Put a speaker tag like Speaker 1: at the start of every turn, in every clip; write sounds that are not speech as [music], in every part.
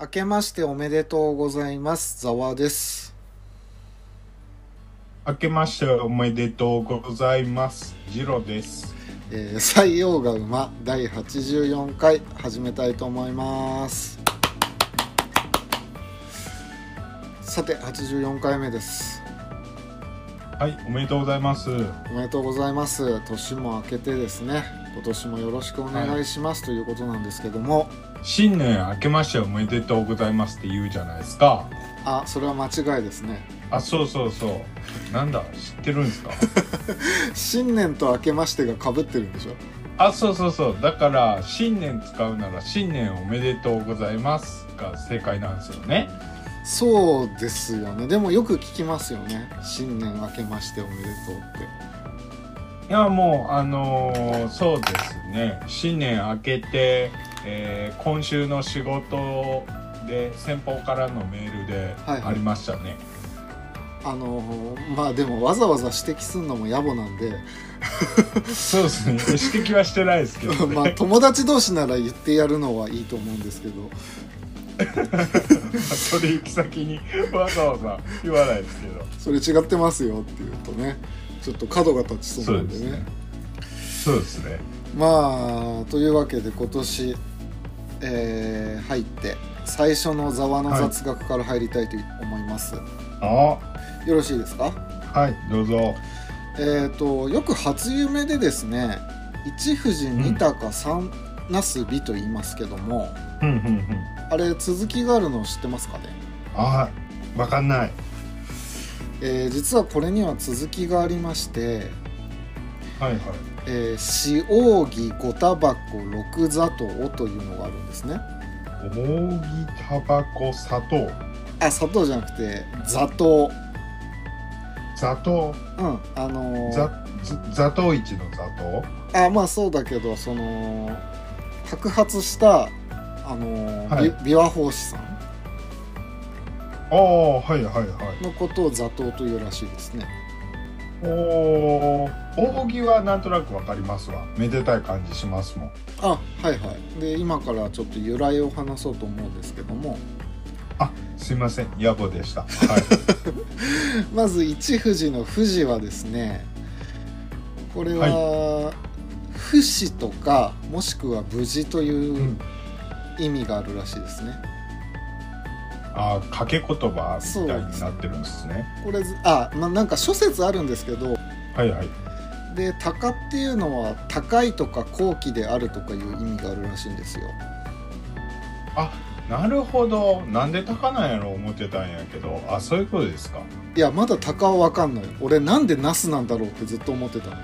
Speaker 1: 明けましておめでとうございます。ざわです。
Speaker 2: 明けましておめでとうございます。ジロです。
Speaker 1: えー、採用が馬第84回始めたいと思います。さて、84回目です。
Speaker 2: はい、おめでとうございます。
Speaker 1: おめでとうございます。年も明けてですね、今年もよろしくお願いします、ということなんですけども、
Speaker 2: 新年明けましておめでとうございますって言うじゃないですか。
Speaker 1: あ、それは間違いですね。
Speaker 2: あ、そうそうそう。なんだ、知ってるんですか
Speaker 1: 新年と明けましてが被ってるんでしょ
Speaker 2: あ、そうそうそう。だから、新年使うなら、新年おめでとうございますが正解なんですよね。
Speaker 1: そうですよね。でもよく聞きますよね。新年明けましておめでとうって。
Speaker 2: いや、もう、あのーそうですね。新年明けて、えー今週の仕事で、先方からのメールで
Speaker 1: はいはい
Speaker 2: ありましたね。
Speaker 1: あのーまあでもわざわざ指摘するのも野暮なん [laughs] で
Speaker 2: そうですね指摘はしてないですけど、ね、
Speaker 1: まあ友達同士なら言ってやるのはいいと思うんですけど
Speaker 2: 取引先にわざわざ言わないですけど
Speaker 1: それ違ってますよっていうとねちょっと角が立ちそうなんでね
Speaker 2: そうですね
Speaker 1: まあというわけで今年、えー入って最初の「ざわの雑学」から入りたいと思います、
Speaker 2: あ
Speaker 1: よろしいですか
Speaker 2: はいどうぞ
Speaker 1: えっ、とよく初夢でですね一富士二鷹三なすびと言いますけども、
Speaker 2: うんうんうん
Speaker 1: あれ続きがあるの知ってますかね
Speaker 2: あわかんない
Speaker 1: えー実はこれには続きがありまして
Speaker 2: はいはい
Speaker 1: 「えー、四奥義五タバコ六砂糖」というのがあるんですね
Speaker 2: 扇タバコ砂糖
Speaker 1: あ砂糖じゃなくて座糖
Speaker 2: 砂糖
Speaker 1: うんあのー
Speaker 2: ざず砂糖一の砂糖
Speaker 1: あまあそうだけどその白髪したあのー
Speaker 2: はい
Speaker 1: び琵琶法師さん
Speaker 2: ああはいはいはい
Speaker 1: のことを座糖というらしいですね
Speaker 2: おー扇はなんとなくわかりますわめでたい感じしますもん
Speaker 1: あはいはいで今からちょっと由来を話そうと思うんですけども
Speaker 2: あすいません野暮でしたはい
Speaker 1: まず一富士の富士はですねこれは、不死とかもしくは無事という意味があるらしいですね。
Speaker 2: あー掛け言葉みたいになってるんですね
Speaker 1: これずあ、まあ、なんか諸説あるんですけど
Speaker 2: はいはい
Speaker 1: で「鷹」っていうのは高いとか高貴であるとかいう意味があるらしいんですよ。
Speaker 2: なるほどなんで高なんやろ思ってたんやけどあそういうことですか [laughs]
Speaker 1: いやまだ鷹は分かんない俺なんでナスなんだろうってずっと思ってた [laughs] のよ。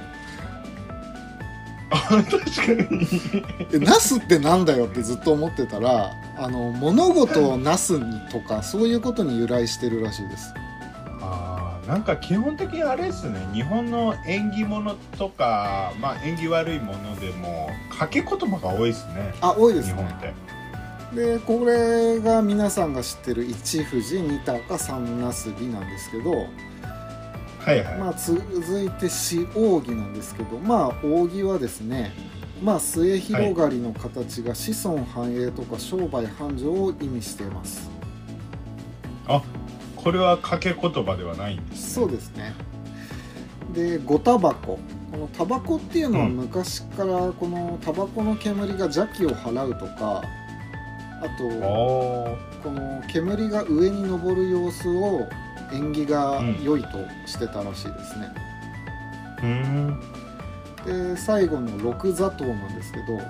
Speaker 2: あ確かに
Speaker 1: でナスってなんだよってずっと思ってたらあの物事をナスにとかそういうことに由来してるらしいです。
Speaker 2: あーなんか基本的にあれですね日本の縁起物とかまあ縁起悪いものでも掛け言葉が多いですね
Speaker 1: あ多いです
Speaker 2: 日本
Speaker 1: ね
Speaker 2: って
Speaker 1: でこれが皆さんが知ってる一富士二鷹三なすびなんですけど、
Speaker 2: はいはい、
Speaker 1: まあ、続いて四扇なんですけどまあ扇はですねまあ末広がりの形が子孫繁栄とか商売繁盛を意味しています、
Speaker 2: これは掛け言葉ではないんです
Speaker 1: そうですねで五タバコこのタバコっていうのは昔からこのタバコの煙が邪気を払うとかあと
Speaker 2: おお
Speaker 1: この煙が上に上る様子を縁起が良いとしてたらしいですね、
Speaker 2: うーん
Speaker 1: で最後の六座頭なんですけどこ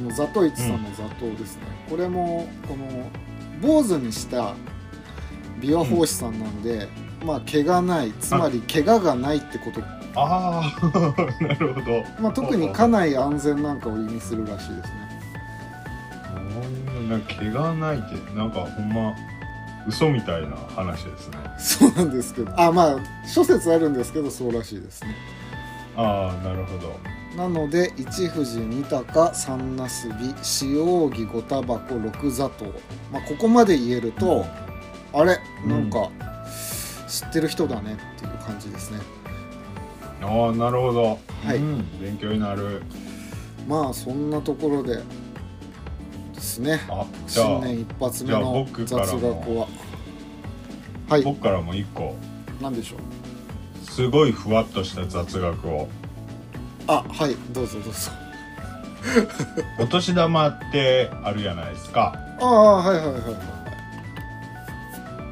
Speaker 1: の座頭市さんの座頭ですね、これもこの坊主にした琵琶法師さんなんで、まあ毛がないつまり怪我がないってこと、
Speaker 2: ああ [laughs] なるほど
Speaker 1: まあ、特に家内安全なんかを意味するらしいですね
Speaker 2: うんなんか毛がないってなんかほんま嘘みたいな話ですね
Speaker 1: そうなんですけどあまあ諸説あるんですけどそうらしいですね
Speaker 2: ああなるほど
Speaker 1: なので一富士二鷹三なすび四扇五タバコ六座頭、まあ、ここまで言えると、あれ
Speaker 2: うん
Speaker 1: なんか知ってる人だねっていう感じですね
Speaker 2: ああなるほど、
Speaker 1: はい
Speaker 2: うん、勉強になる
Speaker 1: まあそんなところでですね
Speaker 2: あじゃ
Speaker 1: 新
Speaker 2: あ
Speaker 1: 年一発目
Speaker 2: じゃあ
Speaker 1: の
Speaker 2: 僕
Speaker 1: 雑
Speaker 2: から
Speaker 1: 学は
Speaker 2: も
Speaker 1: はい
Speaker 2: 僕からも一個
Speaker 1: 何でしょう
Speaker 2: すごいふわっとした雑学を
Speaker 1: あはいどうぞどうぞ
Speaker 2: お年玉ってあるじゃないですか
Speaker 1: ああはいはいはいは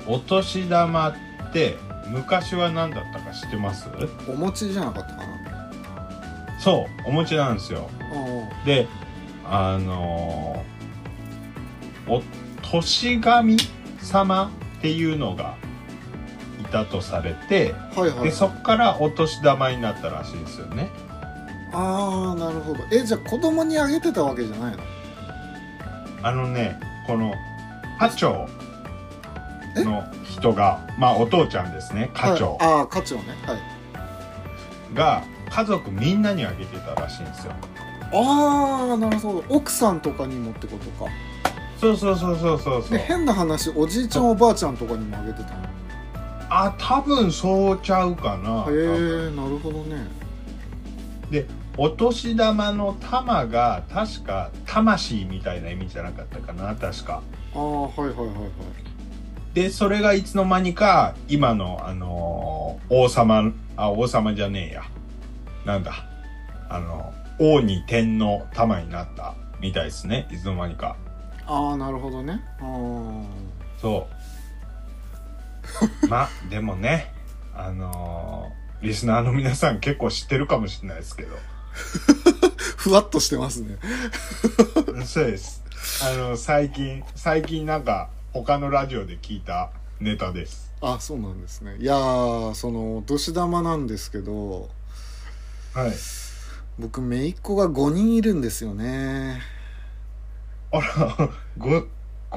Speaker 2: お年玉って昔は何だったか知ってます
Speaker 1: いお餅じゃなかったかな
Speaker 2: そうお餅なんですよ
Speaker 1: あ
Speaker 2: であのーお年神様っていうのがいたとされて
Speaker 1: あはいはい
Speaker 2: でそっからお年玉になったらしいんですよね
Speaker 1: ああなるほどえじゃあ子供にあげてたわけじゃないの
Speaker 2: あのねこの課長の人がまあお父ちゃんですね課長
Speaker 1: はい、ああ課長ねはい
Speaker 2: が家族みんなにあげてたらしいんですよ
Speaker 1: ああなるほど奥さんとかにもってことか
Speaker 2: そうそうそうそうそうそ
Speaker 1: で
Speaker 2: う
Speaker 1: 変な話おじいちゃんおばあちゃんとかにもあげてたのへ
Speaker 2: あ多分そうちゃうかな多
Speaker 1: え
Speaker 2: 分
Speaker 1: なるほどね
Speaker 2: お年玉の玉が確か魂みたいな意味じゃなかったかな確か
Speaker 1: ああはいはいはいはい
Speaker 2: でそれがいつの間にか今のあのー王様あ王様じゃねえやなんだあの王に天の玉になったみたいですねいつの間にか
Speaker 1: ああなるほどねあ
Speaker 2: そうまあでもねあのーリスナーの皆さん結構知ってるかもしれないですけど
Speaker 1: あふわっとしてますね
Speaker 2: そうです。あの、最近、最近なんか、他のラジオで聞いたネタです。
Speaker 1: あそうなんですねいやーそのお年玉なんですけど
Speaker 2: はい。
Speaker 1: 僕姪っ子が5人いるんですよね
Speaker 2: あら、ご、5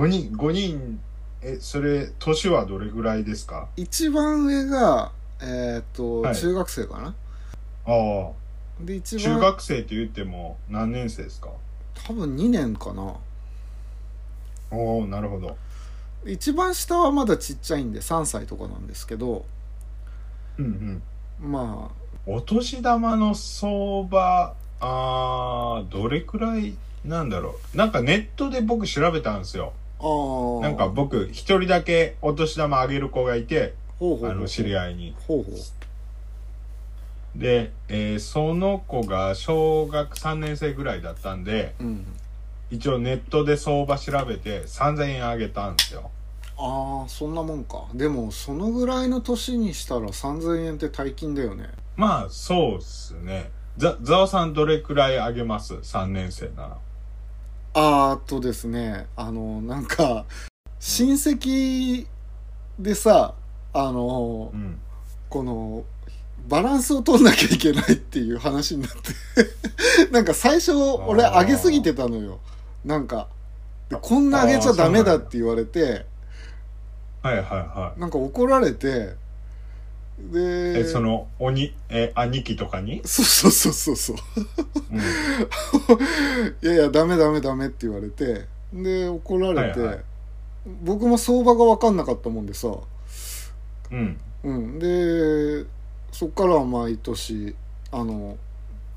Speaker 2: 人、5人、え、それ、年はどれぐらいですか
Speaker 1: 一番上がえーっと、
Speaker 2: はい
Speaker 1: 中学生かな
Speaker 2: ああ。
Speaker 1: で一
Speaker 2: 中
Speaker 1: 番
Speaker 2: 学生って言っても何年生ですか
Speaker 1: 多分2年かな
Speaker 2: おおなるほど。
Speaker 1: 一番下はまだちっちゃいんで3歳とかなんですけど
Speaker 2: うんうん。
Speaker 1: ま
Speaker 2: お年玉の相場、あー、どれくらいなんだろう。なんかネットで僕調べたんですよ。
Speaker 1: ああー
Speaker 2: なんか僕、一人だけお年玉あげる子がいて、
Speaker 1: ほうほうほう
Speaker 2: あの、知り合いに。
Speaker 1: ほうほう
Speaker 2: で、えーその子が小学3年生ぐらいだったんで
Speaker 1: うん
Speaker 2: 一応ネットで相場調べて3000円あげたんですよ
Speaker 1: ああそんなもんかでもそのぐらいの年にしたら3000円って大金だよね
Speaker 2: まあそうっすねざざわさんどれくらいあげます3年生なら
Speaker 1: あーあとですねあのなんか親戚でさあの
Speaker 2: うん
Speaker 1: このバランスを取んなきゃいけないっていう話になって [laughs] なんか最初俺
Speaker 2: あー
Speaker 1: 上げすぎてたのよなんかでこんな上げちゃダメだって言われて
Speaker 2: はいはいはい
Speaker 1: なんか怒られてで
Speaker 2: えその鬼え兄貴とかに、
Speaker 1: そうそうそうそうそう
Speaker 2: うん、
Speaker 1: いやいやダメダメダメって言われてで怒られて、
Speaker 2: はいはい
Speaker 1: 僕も相場が分かんなかったもんでさ、
Speaker 2: うん
Speaker 1: うん、でそっからは毎年あの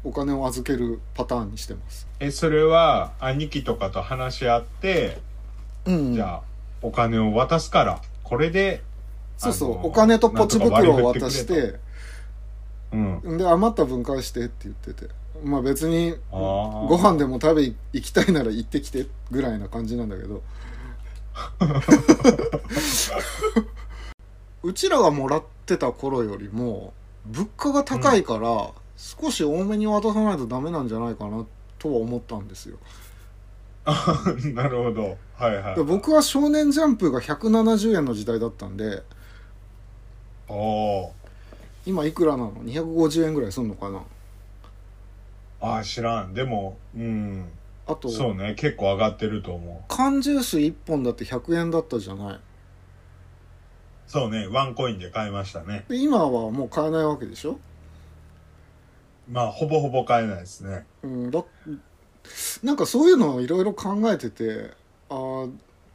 Speaker 1: お金を預けるパターンにしてます、
Speaker 2: えそれは兄貴とかと話し合って、
Speaker 1: うん、
Speaker 2: じゃあお金を渡すからこれで
Speaker 1: そうそう、
Speaker 2: あの
Speaker 1: お金とポチ袋を渡し
Speaker 2: なんとか割り振って
Speaker 1: て
Speaker 2: うん [laughs]
Speaker 1: で余った分返してって言っててまあ別に
Speaker 2: あー
Speaker 1: ご飯でも食べ行きたいなら行ってきてぐらいな感じなんだけ
Speaker 2: [laughs]
Speaker 1: どうちらがもらってた頃よりも物価が高いから少し多めに渡さないとダメなんじゃないかなとは思ったんですよ
Speaker 2: あなるほどはいはい
Speaker 1: で僕は「少年ジャンプ」が170円の時代だったんで
Speaker 2: おお
Speaker 1: 今いくらなの250円ぐらいすんのかな
Speaker 2: ああ知らんでもうん
Speaker 1: あと
Speaker 2: そうね結構上がってると思う
Speaker 1: 缶ジュース1本だって100円だったじゃない
Speaker 2: そうねワンコインで買いましたね
Speaker 1: で今はもう買えないわけでしょ、
Speaker 2: まあほぼほぼ買えないですね
Speaker 1: うん、だなんかそういうのをいろいろ考えててあ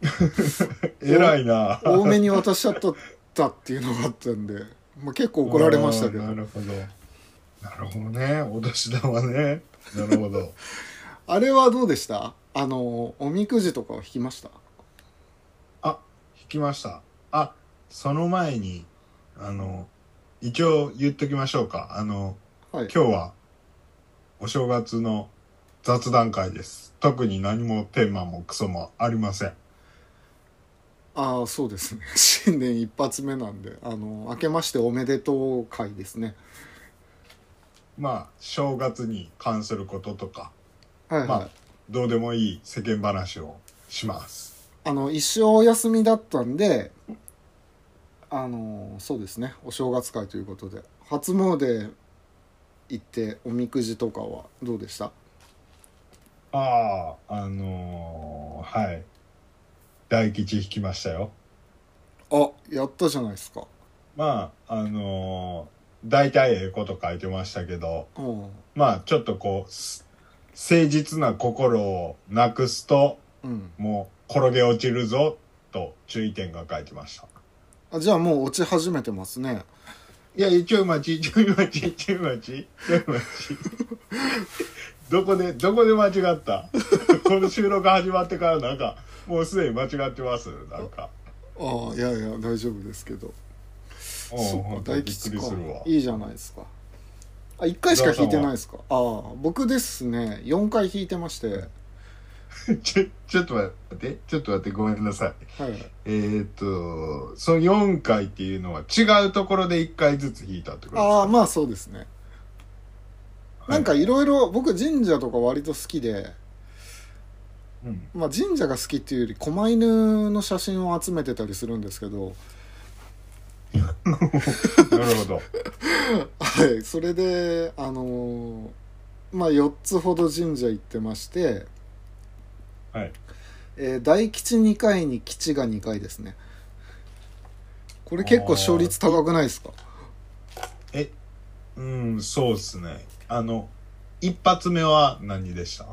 Speaker 1: ー
Speaker 2: えらいな
Speaker 1: 多めに渡しちゃったったっていうのがあったんで、まあ、結構怒られましたけど
Speaker 2: あーなるほどなるほどねお年玉ねなるほど [laughs]
Speaker 1: あれはどうでしたあのおみくじとかを引きました
Speaker 2: 引きました。あ、その前に、あの、一応言っときましょうか。あの、
Speaker 1: はい
Speaker 2: 今日は、お正月の雑談会です。特に何もテーマもクソもありません。
Speaker 1: ああそうですね [laughs] 新年一発目なんであの明けましておめでとう会ですね
Speaker 2: まあ、正月に関することとか、
Speaker 1: はいはい、
Speaker 2: まあ、どうでもいい世間話をします。
Speaker 1: あの一生お休みだったんであのそうですねお正月会ということで初詣行っておみくじとかはどうでした
Speaker 2: ああ、あのーはい。大吉引きましたよ。
Speaker 1: あやったじゃないですか
Speaker 2: まあ、あのー大体ええこと書いてましたけど、
Speaker 1: うん
Speaker 2: まあちょっとこう、す誠実な心をなくすと、
Speaker 1: うん
Speaker 2: もう転げ落ちるぞ、と注意点が書いてました。
Speaker 1: あじゃあもう落ち始めてますね
Speaker 2: いや、一応待ち、一応待ち、一応待ち、一応待ち。 [laughs] どこで、どこで間違った [laughs] この収録始まってからなんか、もうすでに間違ってますなんか。
Speaker 1: ああいやいや大丈夫ですけど
Speaker 2: うん
Speaker 1: そっ
Speaker 2: ほ
Speaker 1: か
Speaker 2: んと
Speaker 1: 大
Speaker 2: びっ
Speaker 1: 吉
Speaker 2: く
Speaker 1: か
Speaker 2: りするわ。
Speaker 1: いいじゃないですかあ1回しか弾いてないですかああ僕ですね4回弾いてましてはい
Speaker 2: ちょ、ちょっと待って、ちょっと待って、ごめんなさい。
Speaker 1: はい
Speaker 2: えーっと、その4回っていうのは違うところで1回ずつ引いたってことですか
Speaker 1: ああまあそうですねなんかいろいろ僕神社とか割と好きで、
Speaker 2: うん、
Speaker 1: まあ、神社が好きっていうより狛犬の写真を集めてたりするんですけど、
Speaker 2: なるほど。
Speaker 1: はい、それであのーまあ4つほど神社行ってまして、
Speaker 2: はい。
Speaker 1: えー大吉2回に吉が2回ですねこれ結構勝率高くないですか
Speaker 2: うん、そうですね。あの、一発目は何でしたあ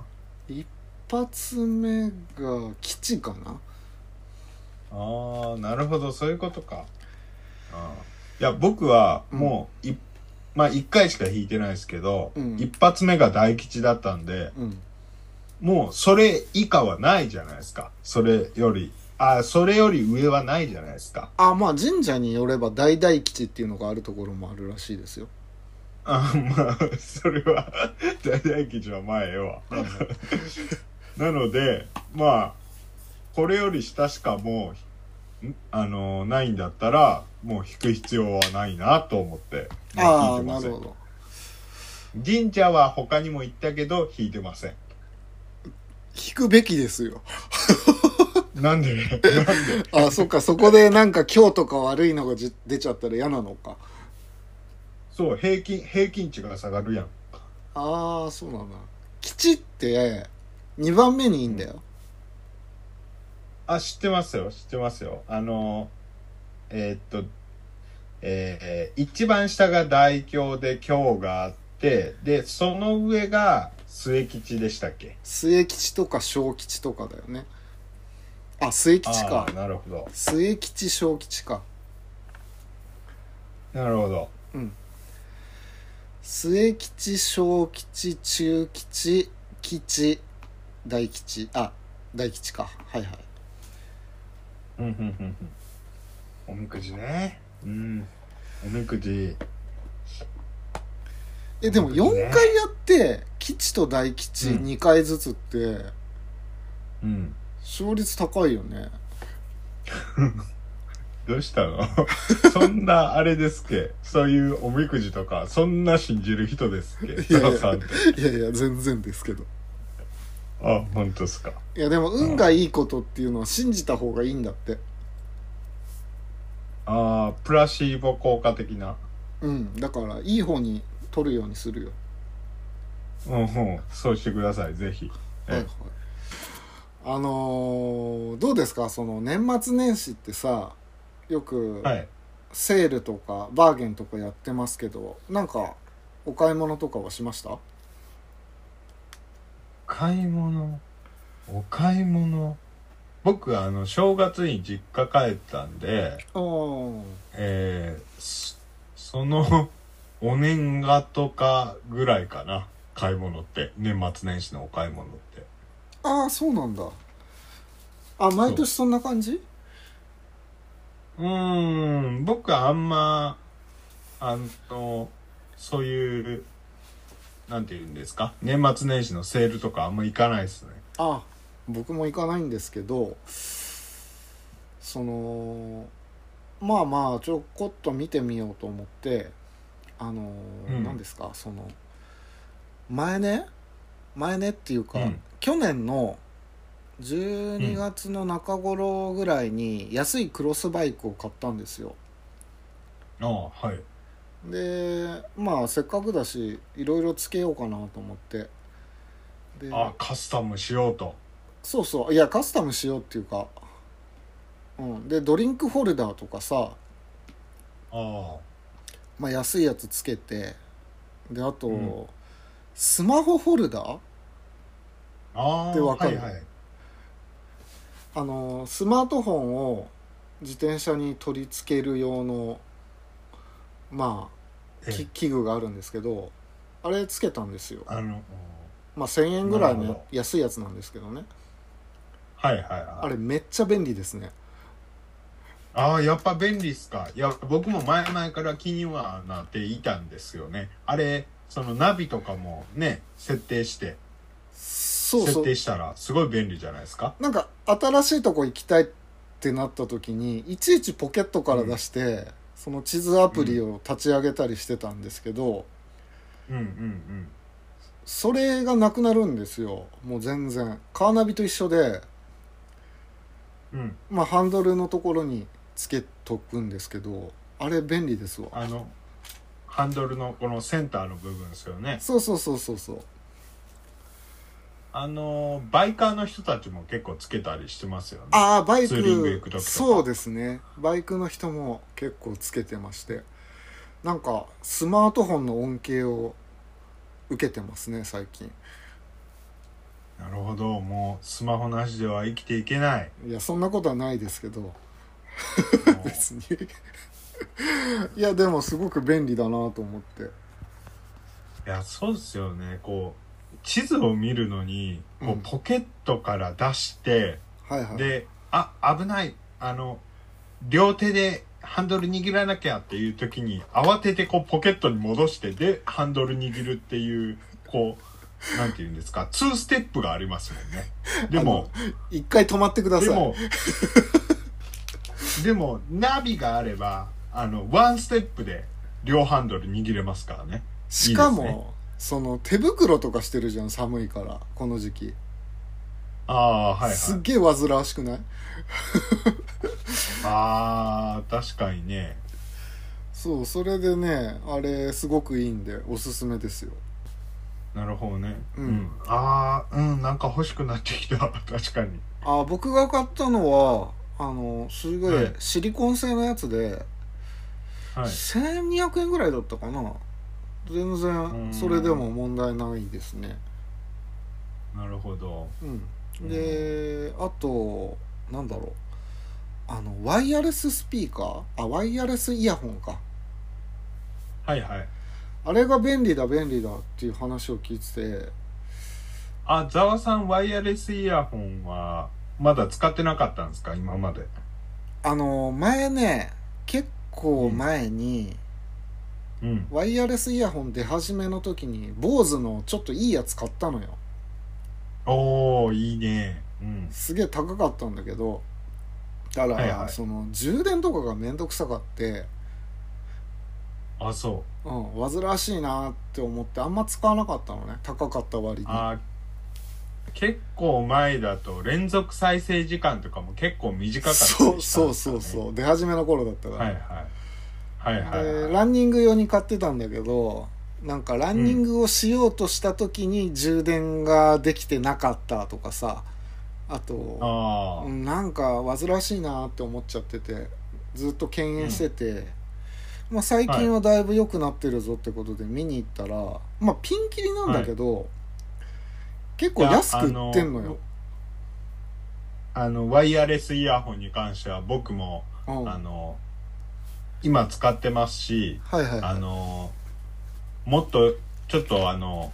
Speaker 1: 一発目が吉かな
Speaker 2: あ、なるほど、そういうことか。あーいや、僕はもう、いまあ一回しか引いてないですけど、
Speaker 1: うん
Speaker 2: 一発目が大吉だったんで、
Speaker 1: うん
Speaker 2: もうそれ以下はないじゃないですか。それより、ああ、それより上はないじゃないですか。
Speaker 1: あまあ神社によれば大大吉っていうのがあるところもあるらしいですよ
Speaker 2: あまあそれは大々吉は前はなのでまあこれより下しかもうんあのないんだったらもう引く必要はないなと思ってもう
Speaker 1: あ
Speaker 2: 引い
Speaker 1: あ
Speaker 2: て
Speaker 1: な
Speaker 2: ませ
Speaker 1: る
Speaker 2: ん
Speaker 1: ほど
Speaker 2: 神社は他にも行ったけど引いてません
Speaker 1: 引くべきですよ
Speaker 2: なんでなんで
Speaker 1: [laughs] あそっかそこでなんか今日とか悪いのがじ出ちゃったら嫌なのか
Speaker 2: そう平均平均値が下がるやん
Speaker 1: ああそうなんだ吉って2番目にいいんだよ、
Speaker 2: あ知ってますよ知ってますよあのえーっとえー一番下が大凶で凶があってでその上が末吉でしたっけ
Speaker 1: 末吉とか小吉とかだよねあ末吉
Speaker 2: あ
Speaker 1: か
Speaker 2: ーなるほど
Speaker 1: 末吉小吉か
Speaker 2: なるほど
Speaker 1: 末吉小吉中吉吉大吉あ大吉かはいはい
Speaker 2: うんうんうんうんおみくじねうんおみくじ
Speaker 1: えでも
Speaker 2: 本当に
Speaker 1: 4
Speaker 2: ね
Speaker 1: 回やって吉と大吉
Speaker 2: うん
Speaker 1: 2回ずつって
Speaker 2: うん
Speaker 1: 勝率高いよね、
Speaker 2: どうしたの [laughs] そんなあれですっけそういうおみくじとかそんな信じる人ですっけ
Speaker 1: いやいや
Speaker 2: サラさんって
Speaker 1: いやいや全然ですけど
Speaker 2: あ本当ですか
Speaker 1: いやでも運がいいことっていうのは信じた方がいいんだって
Speaker 2: ああプラシーボ効果的な
Speaker 1: うんだからいい方に取るようにするよ
Speaker 2: うんうん、そうしてください、ぜひ。え
Speaker 1: はいはいあのーどうですかその年末年始ってさよく
Speaker 2: はい。
Speaker 1: セールとかバーゲンとかやってますけどなんかお買い物とかはしました
Speaker 2: 買い物、お買い物。僕、あの、正月に実家帰ったんで、
Speaker 1: あー
Speaker 2: えー、そその、お年賀とかぐらいかな。買い物って。年末年始のお買い物って。
Speaker 1: ああそうなんだあ毎年そんな感じ
Speaker 2: うーん、僕はあんま、あの、そういう、なんて言うんですか年末年始のセールとかあんま行かないですね。
Speaker 1: あ僕も行かないんですけどそのまあまあちょこっと見てみようと思ってあのー
Speaker 2: うん
Speaker 1: 何ですかその前ね前ねっていうか、
Speaker 2: うん
Speaker 1: 去年の12月の中頃ぐらいに安いクロスバイクを買ったんですよ
Speaker 2: ああ、はい。
Speaker 1: でまあせっかくだしいろいろつけようかなと思ってで
Speaker 2: あ、カスタムしようと。
Speaker 1: そうそういやカスタムしようっていうか、うん、でドリンクホルダーとかさ、
Speaker 2: あ
Speaker 1: まあ、安いやつつけてであと、
Speaker 2: うん
Speaker 1: スマホホルダー
Speaker 2: あ。ああ。
Speaker 1: でわかる
Speaker 2: はいはい。
Speaker 1: あのスマートフォンを自転車に取り付ける用のまあ
Speaker 2: え
Speaker 1: き器具があるんですけどあれつけたんですよ、
Speaker 2: あの、
Speaker 1: まあ、1000円ぐらい
Speaker 2: なるほ
Speaker 1: の
Speaker 2: ど
Speaker 1: 安いやつなんですけどね
Speaker 2: はいはいはい。
Speaker 1: あれめっちゃ便利ですね
Speaker 2: ああ、やっぱ便利っすか。いや、僕も前々から気にはなっていたんですよね。あれ、そのナビとかもね、設定して、
Speaker 1: そうそう
Speaker 2: 設定したらすごい便利じゃないですか。
Speaker 1: なんか新しいとこ行きたいってなった時にいちいちポケットから出して、その地図アプリを立ち上げたりしてたんですけど、
Speaker 2: うんうんうん。
Speaker 1: それがなくなるんですよもう全然カーナビと一緒で、
Speaker 2: うん、
Speaker 1: まあ、ハンドルのところにつけとくんですけどあれ便利ですわ
Speaker 2: あのハンドルのこのセンターの部分ですよね
Speaker 1: そうそうそうそうそう
Speaker 2: あのバイカーの人たちも結構つけたりしてますよね
Speaker 1: ああバイ
Speaker 2: ツーリング行
Speaker 1: ク
Speaker 2: く時とか
Speaker 1: そうですねバイクの人も結構つけてましてなんかスマートフォンの恩恵を受けてますね最近
Speaker 2: なるほどもうスマホなしでは生きていけ
Speaker 1: [laughs]
Speaker 2: ない
Speaker 1: いやそんなことはないですけど [laughs]
Speaker 2: もう
Speaker 1: 別にいやでもすごく便利だなと思って
Speaker 2: いやそうですよねこう地図を見るのにこ
Speaker 1: う
Speaker 2: うんポケットから出して、
Speaker 1: はいはい
Speaker 2: であ危ないあの両手でハンドル握らなきゃっていう時に慌ててこうポケットに戻してでハンドル握るっていうこうなんていうんですか2ステップがありますもんねでも
Speaker 1: 一回止まってください
Speaker 2: でもでもナビがあればあのワンステップで両ハンドル握れますからね
Speaker 1: しかも
Speaker 2: いいですね
Speaker 1: その手袋とかしてるじゃん寒いからこの時期、
Speaker 2: ああはいはい
Speaker 1: すっげえ煩わしくない
Speaker 2: ああ確かにね
Speaker 1: そうそれでねあれすごくいいんでおすすめですよ
Speaker 2: なるほどね
Speaker 1: うん
Speaker 2: ああうんなんか欲しくなってきた [laughs] 確かに
Speaker 1: あ僕が買ったのはあのすご
Speaker 2: はい
Speaker 1: いシリコン製のやつで、
Speaker 2: はい
Speaker 1: 1200円ぐらいだったかな全
Speaker 2: う
Speaker 1: 然
Speaker 2: ん
Speaker 1: それでも問題ないですね
Speaker 2: なるほど
Speaker 1: うん、であとなんだろうあのワイヤレススピーカーあワイヤレスイヤホンか
Speaker 2: はいはい
Speaker 1: あれが便利だ便利だっていう話を聞いてて
Speaker 2: あざわさんワイヤレスイヤホンはまだ使ってなかったんですか今まで
Speaker 1: あの前ね結構前に、
Speaker 2: うん
Speaker 1: ワイヤレスイヤホン出始めの時に BOSE のちょっといいやつ買ったのよ
Speaker 2: おおいいねうん
Speaker 1: すげえ高かったんだけどだから、
Speaker 2: はいはい
Speaker 1: その充電とかがめんどくさかって
Speaker 2: あそう
Speaker 1: うん煩わしいなって思ってあんま使わなかったのね高かった割に
Speaker 2: あ結構前だと連続再生時間とかも結構短かったりした
Speaker 1: そ
Speaker 2: んで
Speaker 1: う
Speaker 2: すか
Speaker 1: そ
Speaker 2: ね
Speaker 1: うそうそう出始めの頃だったから、
Speaker 2: はいはいはいはい、
Speaker 1: で
Speaker 2: はい、
Speaker 1: ランニング用に買ってたんだけどなんかランニングをしようとした時に充電ができてなかったとかさあと
Speaker 2: ああ、
Speaker 1: うんなんか煩わしいなって思っちゃっててずっと敬遠してて、まあ、最近はだいぶ良くなってるぞってことで見に行ったら、まあピンキリなんだけど、結構安く売ってんのよ、
Speaker 2: あのワイヤレスイヤホンに関しては僕も、
Speaker 1: うん、
Speaker 2: あ
Speaker 1: はい
Speaker 2: の今使ってますし
Speaker 1: はいはい
Speaker 2: あのもっとちょっとあの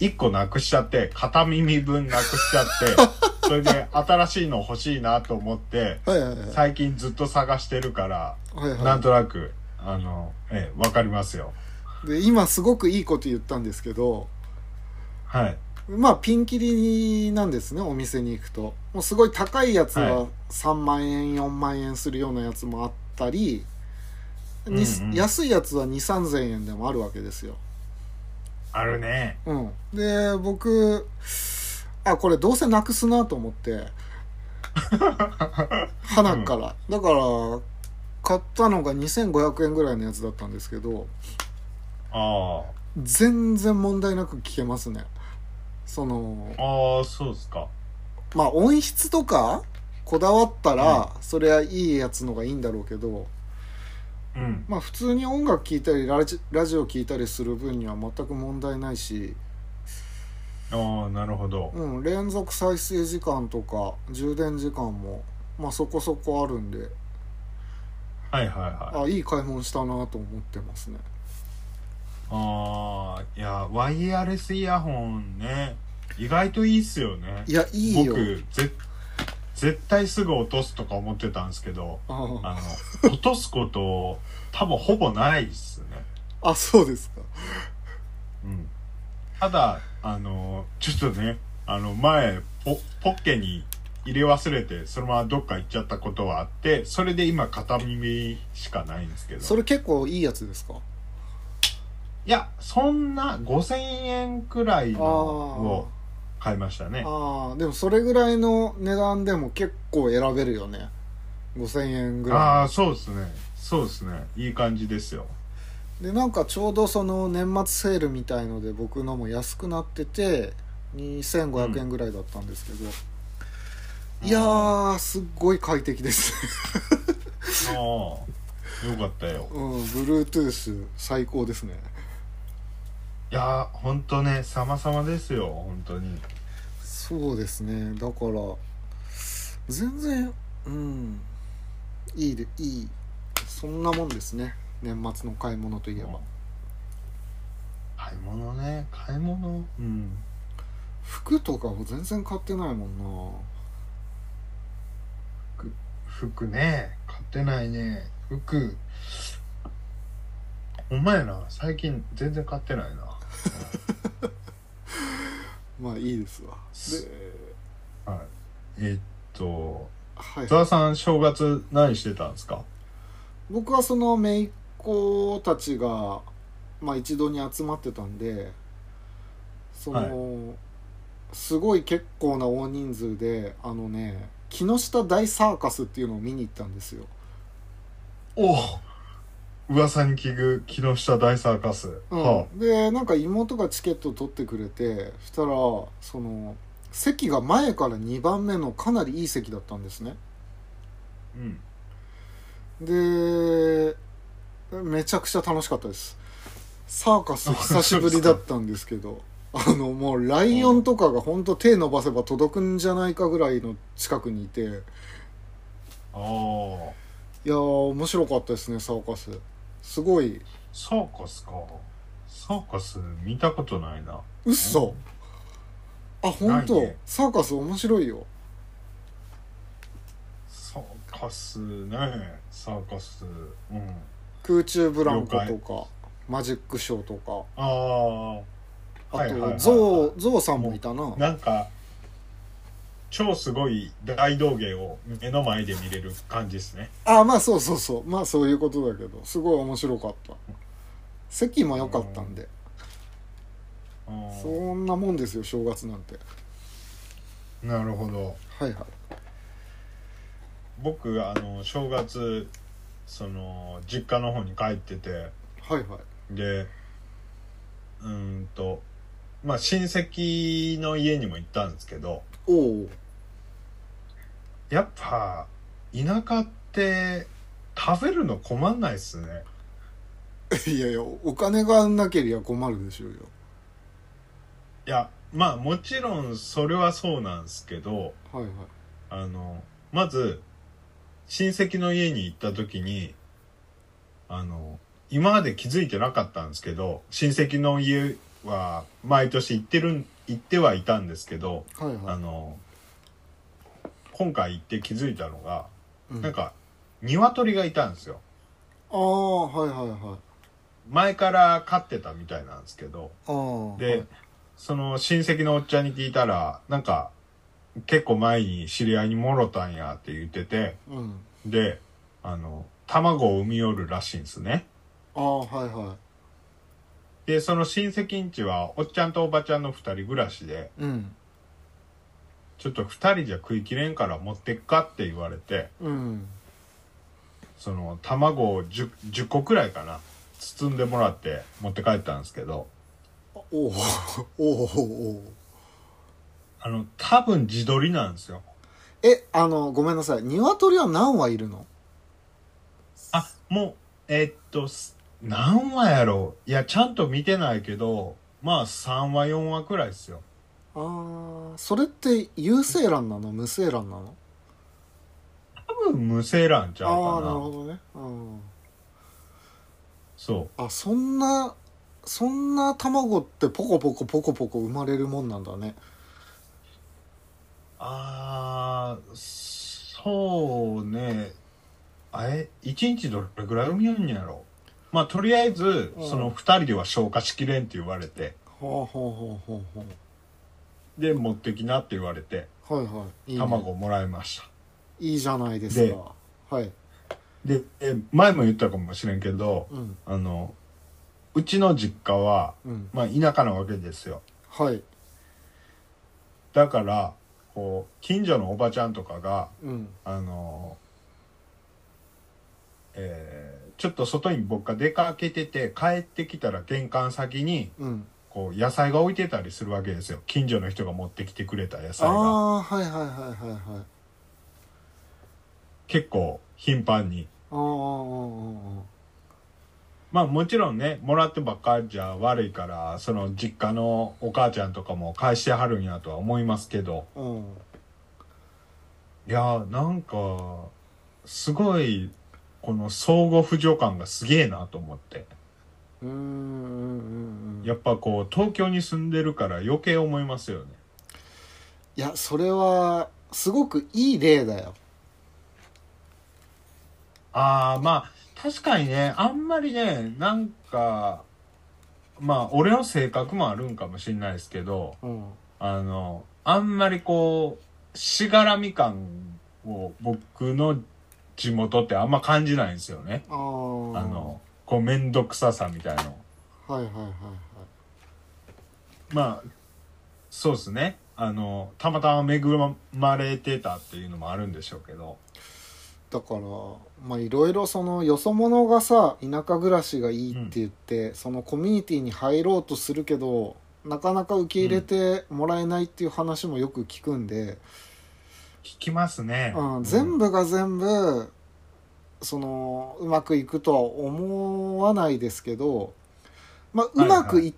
Speaker 2: 一個なくしちゃって、片耳分なくしちゃ
Speaker 1: [laughs]
Speaker 2: って、それで新しいの欲しいなと思って、
Speaker 1: はいはいはい
Speaker 2: 最近ずっと探してるから、
Speaker 1: はい
Speaker 2: なん
Speaker 1: は
Speaker 2: となく、あの、ええ、わかりますよ。
Speaker 1: いで今すごくいいこと言ったんですけど
Speaker 2: はい。
Speaker 1: まあピンキリなんですねお店に行くともうすごい高いやつ
Speaker 2: は
Speaker 1: は3万円4万円するようなやつもあったり、に
Speaker 2: うんうん
Speaker 1: 安いやつは2 3 0 0円でもあるわけですよ、
Speaker 2: あるね。
Speaker 1: うん、で僕あこれどうせなくすなと思って
Speaker 2: [laughs]
Speaker 1: 花から、だから買ったのが2500円ぐらいのやつだったんですけど
Speaker 2: あ
Speaker 1: 全然問題なく聞けますねその
Speaker 2: あ。ああ、そうですか。
Speaker 1: まあ音質とかこだわったら、それはいいやつのがいいんだろうけど
Speaker 2: うん。
Speaker 1: まあ普通に音楽聴いたりラジラジオ聴いたりする分には全く問題ないし、
Speaker 2: ああ、なるほど。
Speaker 1: うん、連続再生時間とか充電時間も、まあ、そこそこあるんで
Speaker 2: はいはいはい。
Speaker 1: あいい買い物したなと思ってますね
Speaker 2: ああ、いや、ワイヤレスイヤホンね、意外といいっすよね。
Speaker 1: いやいいよ
Speaker 2: 僕、ぜ、絶対すぐ落とすとか思ってたんですけど、
Speaker 1: あ
Speaker 2: あ
Speaker 1: [laughs]
Speaker 2: の、落とすこと、多分ほぼないっすね。
Speaker 1: あそうですか
Speaker 2: うん。ただ、あの、ちょっとね、あの、前、ポ、ポッケに入れ忘れて、そのままどっか行っちゃったことはあって、それで今片耳しかないんですけど。
Speaker 1: それ結構いいやつですか
Speaker 2: いや、そんな5000円くらいのを買いましたね。
Speaker 1: ああでもそれぐらいの値段でも結構選べるよね5000円ぐらいの
Speaker 2: ああ、そうですね。そうですね。いい感じですよ。
Speaker 1: でなんかちょうどその年末セールみたいので僕のも安くなってて2500円ぐらいだったんですけど、いやーすっごい快適です、
Speaker 2: ああ、よかったよ。
Speaker 1: [laughs] うん、Bluetooth 最高ですね
Speaker 2: いやー、ほんとね、様々ですよ、ほんとに。
Speaker 1: そうですねだから全然うんいいでいいそんなもんですね年末の買い物といえば
Speaker 2: 買い物ね、買い物。うん。
Speaker 1: 服とかも全然買ってないもんな
Speaker 2: 服ね、買ってないね。服。お前な、最近全然買ってないな。
Speaker 1: まあいいですわ
Speaker 2: す
Speaker 1: で
Speaker 2: はい。えっと、
Speaker 1: はい
Speaker 2: 津田さん、正月何してたんですか
Speaker 1: 僕はその姪っ子たちが、まあ、一堂に集まってたんでその、すごい結構な大人数であのね木下大サーカスっていうのを見に行ったんですよ、
Speaker 2: おお噂に聞く木下大サーカス。
Speaker 1: うん
Speaker 2: は
Speaker 1: でなんか妹がチケット取ってくれてそしたらその席が前から2番目のかなりいい席だったんですね
Speaker 2: あ、うん。
Speaker 1: でめちゃくちゃ楽しかったですサーカス久しぶりだったんですけどあのもうライオンとかが本当手伸ばせば届くんじゃないかぐらいの近くにいてい
Speaker 2: ああ。
Speaker 1: やー面白かったですねサーカスすごい
Speaker 2: サーカスか。サーカス見たことないな。
Speaker 1: 嘘あ本当、
Speaker 2: ないね
Speaker 1: サーカス面白いよ
Speaker 2: サーカスね。サーカス。うん。
Speaker 1: 空中ブランコと
Speaker 2: 了
Speaker 1: かマジックショーとか
Speaker 2: あは
Speaker 1: あ
Speaker 2: いはいはいは
Speaker 1: と
Speaker 2: い
Speaker 1: ゾウゾウさんもいたな
Speaker 2: あ。なんか、超すごい大道芸を目の前で見れる感じですね。
Speaker 1: あまあそうそうそうまあそういうことだけどすごい面白かった席も良かったんで
Speaker 2: あー
Speaker 1: そんなもんですよ正月なんて
Speaker 2: なるほど。
Speaker 1: はいはい
Speaker 2: 僕、あの、正月、その、実家の方に帰ってて、
Speaker 1: はいはい
Speaker 2: で、うーんと、まあ、親戚の家にも行ったんですけど、
Speaker 1: おお
Speaker 2: やっぱ田舎って食べるの困んないっすね
Speaker 1: [laughs] いやいやお金がなけりゃ困るでしょうよ
Speaker 2: いやまあもちろんそれはそうなんですけど
Speaker 1: はいはい
Speaker 2: あのまず親戚の家に行った時にあの今まで気づいてなかったんですけど親戚の家は毎年行ってるん行ってはいたんですけど、
Speaker 1: はいは
Speaker 2: あ
Speaker 1: い
Speaker 2: の今回行って気づいたのが、
Speaker 1: うん
Speaker 2: なんか鶏がいたんですよ
Speaker 1: ああはいはいはい
Speaker 2: 前から飼ってたみたいなんですけど
Speaker 1: ああ
Speaker 2: で、その親戚のおっちゃんに聞いたらなんか結構前に知り合いにもろたんやって言ってて
Speaker 1: うん
Speaker 2: であの卵を産み寄るらしいんですね
Speaker 1: ああはいは
Speaker 2: でその親戚んちはおっちゃんとおばちゃんの二人暮らしで
Speaker 1: いうん
Speaker 2: ちょっと二人じゃ食いきれんから持ってっかって言われて
Speaker 1: うん
Speaker 2: その卵を 10, 10個くらいかな包んでもらって持って帰ったんですけど
Speaker 1: あおおおうおうおう
Speaker 2: あの多分自撮りなんですよ
Speaker 1: えあのごめんなさい鶏は何羽いるの
Speaker 2: あもうえーっとす何話やろういやちゃんと見てないけどまあ3話4話くらいですよ
Speaker 1: ああそれって有精卵なの無精卵なの
Speaker 2: 多分無精卵ちゃう
Speaker 1: ああーな
Speaker 2: か
Speaker 1: る
Speaker 2: な
Speaker 1: ほどねうん
Speaker 2: そう
Speaker 1: あそんなそんな卵ってポコポコポコポコ生まれるもんなんだね
Speaker 2: あーそうねあれ1日どれくらい産みよんやろうまあとりあえず
Speaker 1: うん
Speaker 2: その2人では消化しきれんって言われて
Speaker 1: ほうほうほうほうほ
Speaker 2: で持ってきなって言われて
Speaker 1: うはいはいいい,、
Speaker 2: 卵をもらいました
Speaker 1: いいじゃないですかはい
Speaker 2: でえ前も言ったかもしれんけど
Speaker 1: うん
Speaker 2: あのうちの実家は
Speaker 1: うん
Speaker 2: まあ田舎なわけですよ
Speaker 1: はい
Speaker 2: だからこう近所のおばちゃんとかが
Speaker 1: うん
Speaker 2: あのえーちょっと外に僕が出かけてて帰ってきたら玄関先に
Speaker 1: うん
Speaker 2: こう野菜が置いてたりするわけですよ近所の人が持ってきてくれた野
Speaker 1: あ
Speaker 2: 菜が
Speaker 1: あはいはいはいはいはい
Speaker 2: 結構頻繁に
Speaker 1: あーあーあーあー
Speaker 2: まあもちろんねもらってばっかじゃ悪いからその実家のお母ちゃんとかも返してはるんやとは思いますけど
Speaker 1: うん
Speaker 2: いやーなんかすごいこの相互扶助感がすげえなと思って
Speaker 1: うんうんうんうん
Speaker 2: やっぱこう東京に住んでるから余計思いますよね
Speaker 1: いやそれはすごくいい例だよ
Speaker 2: ああまあ確かにねあんまりねなんかまあ俺の性格もあるんかもしれないですけど
Speaker 1: うん
Speaker 2: あのあんまりこうしがらみ感を僕の地元ってあんま感じないんですよね
Speaker 1: ああの
Speaker 2: あのこう面倒くささみたいの
Speaker 1: はいはいはいはい
Speaker 2: まあそうですねあのたまたま恵まれてたっていうのもあるんでしょうけど
Speaker 1: だからまあいろいろそのよそ者がさ田舎暮らしがいいって言って、そのコミュニティに入ろうとするけどなかなか受け入れてもらえないっていう話もよく聞くんで、
Speaker 2: 聞きますね、
Speaker 1: うん、全部が全部そのうまくいくとは思わないですけど、まあ、うまくい、
Speaker 2: はいは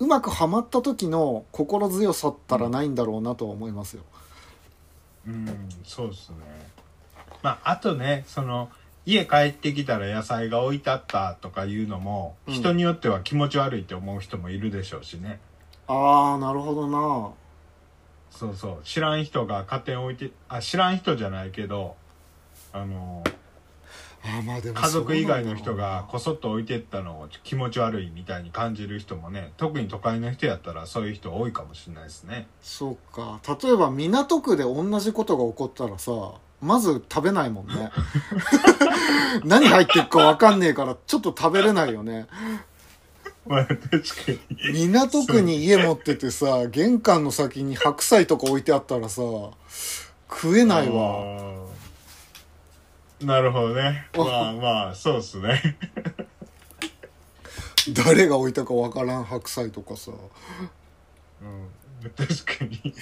Speaker 1: うまくはまった時の心強さったらないんだろうなとは思いますよ。
Speaker 2: うんそうですねまああとねその家帰ってきたら野菜が置いてあったとかいうのも、
Speaker 1: うん
Speaker 2: 人によっては気持ち悪いって思う人もいるでしょうしね
Speaker 1: ああなるほどな。
Speaker 2: そうそう知らん人が家庭置いてあ知らん人じゃないけどあの
Speaker 1: あーまあでも
Speaker 2: 家族以外の
Speaker 1: そう
Speaker 2: 人
Speaker 1: なんだろうな
Speaker 2: がこそっと置いてったのを気持ち悪いみたいに感じる人もね特に都会の人やったらそういう人多いかもしれないですね
Speaker 1: そうか例えば港区で同じことが起こったらさまず食べないもん
Speaker 2: [laughs]
Speaker 1: ね何入ってるか分かんねえからちょっと食べれないよね
Speaker 2: まあ確か [laughs] に
Speaker 1: 港区に家持っててさ玄関の先に白菜とか置いてあったらさ食えないわ
Speaker 2: あーなるほどね
Speaker 1: あ
Speaker 2: まあまあそうですね
Speaker 1: 誰が置いたか分からん白菜とかさ、
Speaker 2: うん、確かに、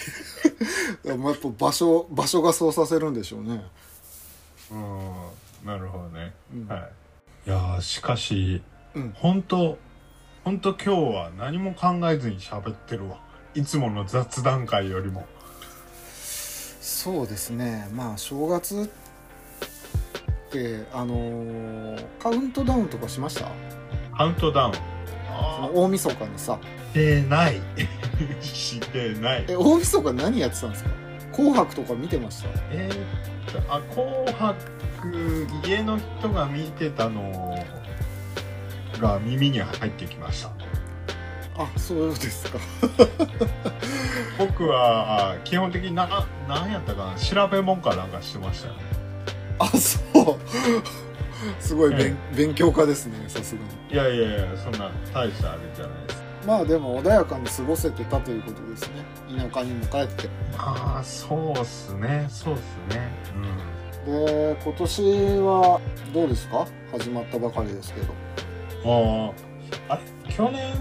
Speaker 1: まあ、やっぱ場所場所がそうさせるんでしょうね
Speaker 2: うん、なるほどね、
Speaker 1: うん
Speaker 2: はい、いやーしかし、
Speaker 1: うん
Speaker 2: 本当本当今日は何も考えずに喋ってるわいつもの雑談会よりも
Speaker 1: そうですねまあ正月ってあのーカウントダウンとかしました
Speaker 2: カウントダウン
Speaker 1: そ
Speaker 2: あ
Speaker 1: の大晦日にさ
Speaker 2: ーしてないしてない
Speaker 1: え大晦日何やってたんですか紅白とか見てました
Speaker 2: えーっとあ紅白家の人が見てたのが耳に入ってきました
Speaker 1: あそうですか
Speaker 2: 僕は基本的にな何やったかな調べ物かなんかしてましたよ
Speaker 1: あそう [laughs] すごい勉,、勉強家ですねさすがに
Speaker 2: いやいやいやそんな大したあれじゃないです
Speaker 1: まあでも穏やかに過ごせてたということですね田舎にも帰って
Speaker 2: ああそうっすねそうっすね
Speaker 1: で今年はどうですか始まったばかりですけど
Speaker 2: うんあああれ去年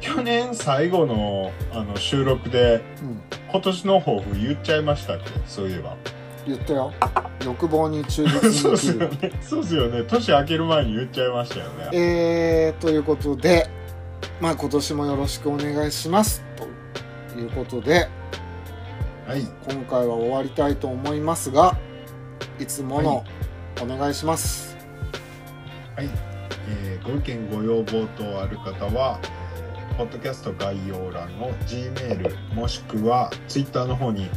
Speaker 2: 去年最後のあの収録で
Speaker 1: うん
Speaker 2: 今年の抱負言っちゃいましたっけそういえば
Speaker 1: 言ったよ [laughs] 欲望に忠
Speaker 2: そう
Speaker 1: 実
Speaker 2: っ
Speaker 1: に生
Speaker 2: す
Speaker 1: き
Speaker 2: よ
Speaker 1: る
Speaker 2: [laughs] ねそうっすよね年明ける前に言っちゃいましたよね
Speaker 1: えー、ということでまあ今年もよろしくお願いしますということで
Speaker 2: はい
Speaker 1: 今回は終わりたいと思いますがいつものお願いします、
Speaker 2: はい、えーご意見ご要望等ある方は、えーポッドキャスト概要欄の G メールもしくは Twitter の方に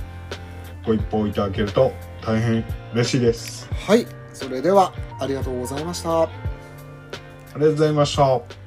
Speaker 2: ご一報いただけると大変嬉しいです。
Speaker 1: はい、それではありがとうございました
Speaker 2: ありがとうございました。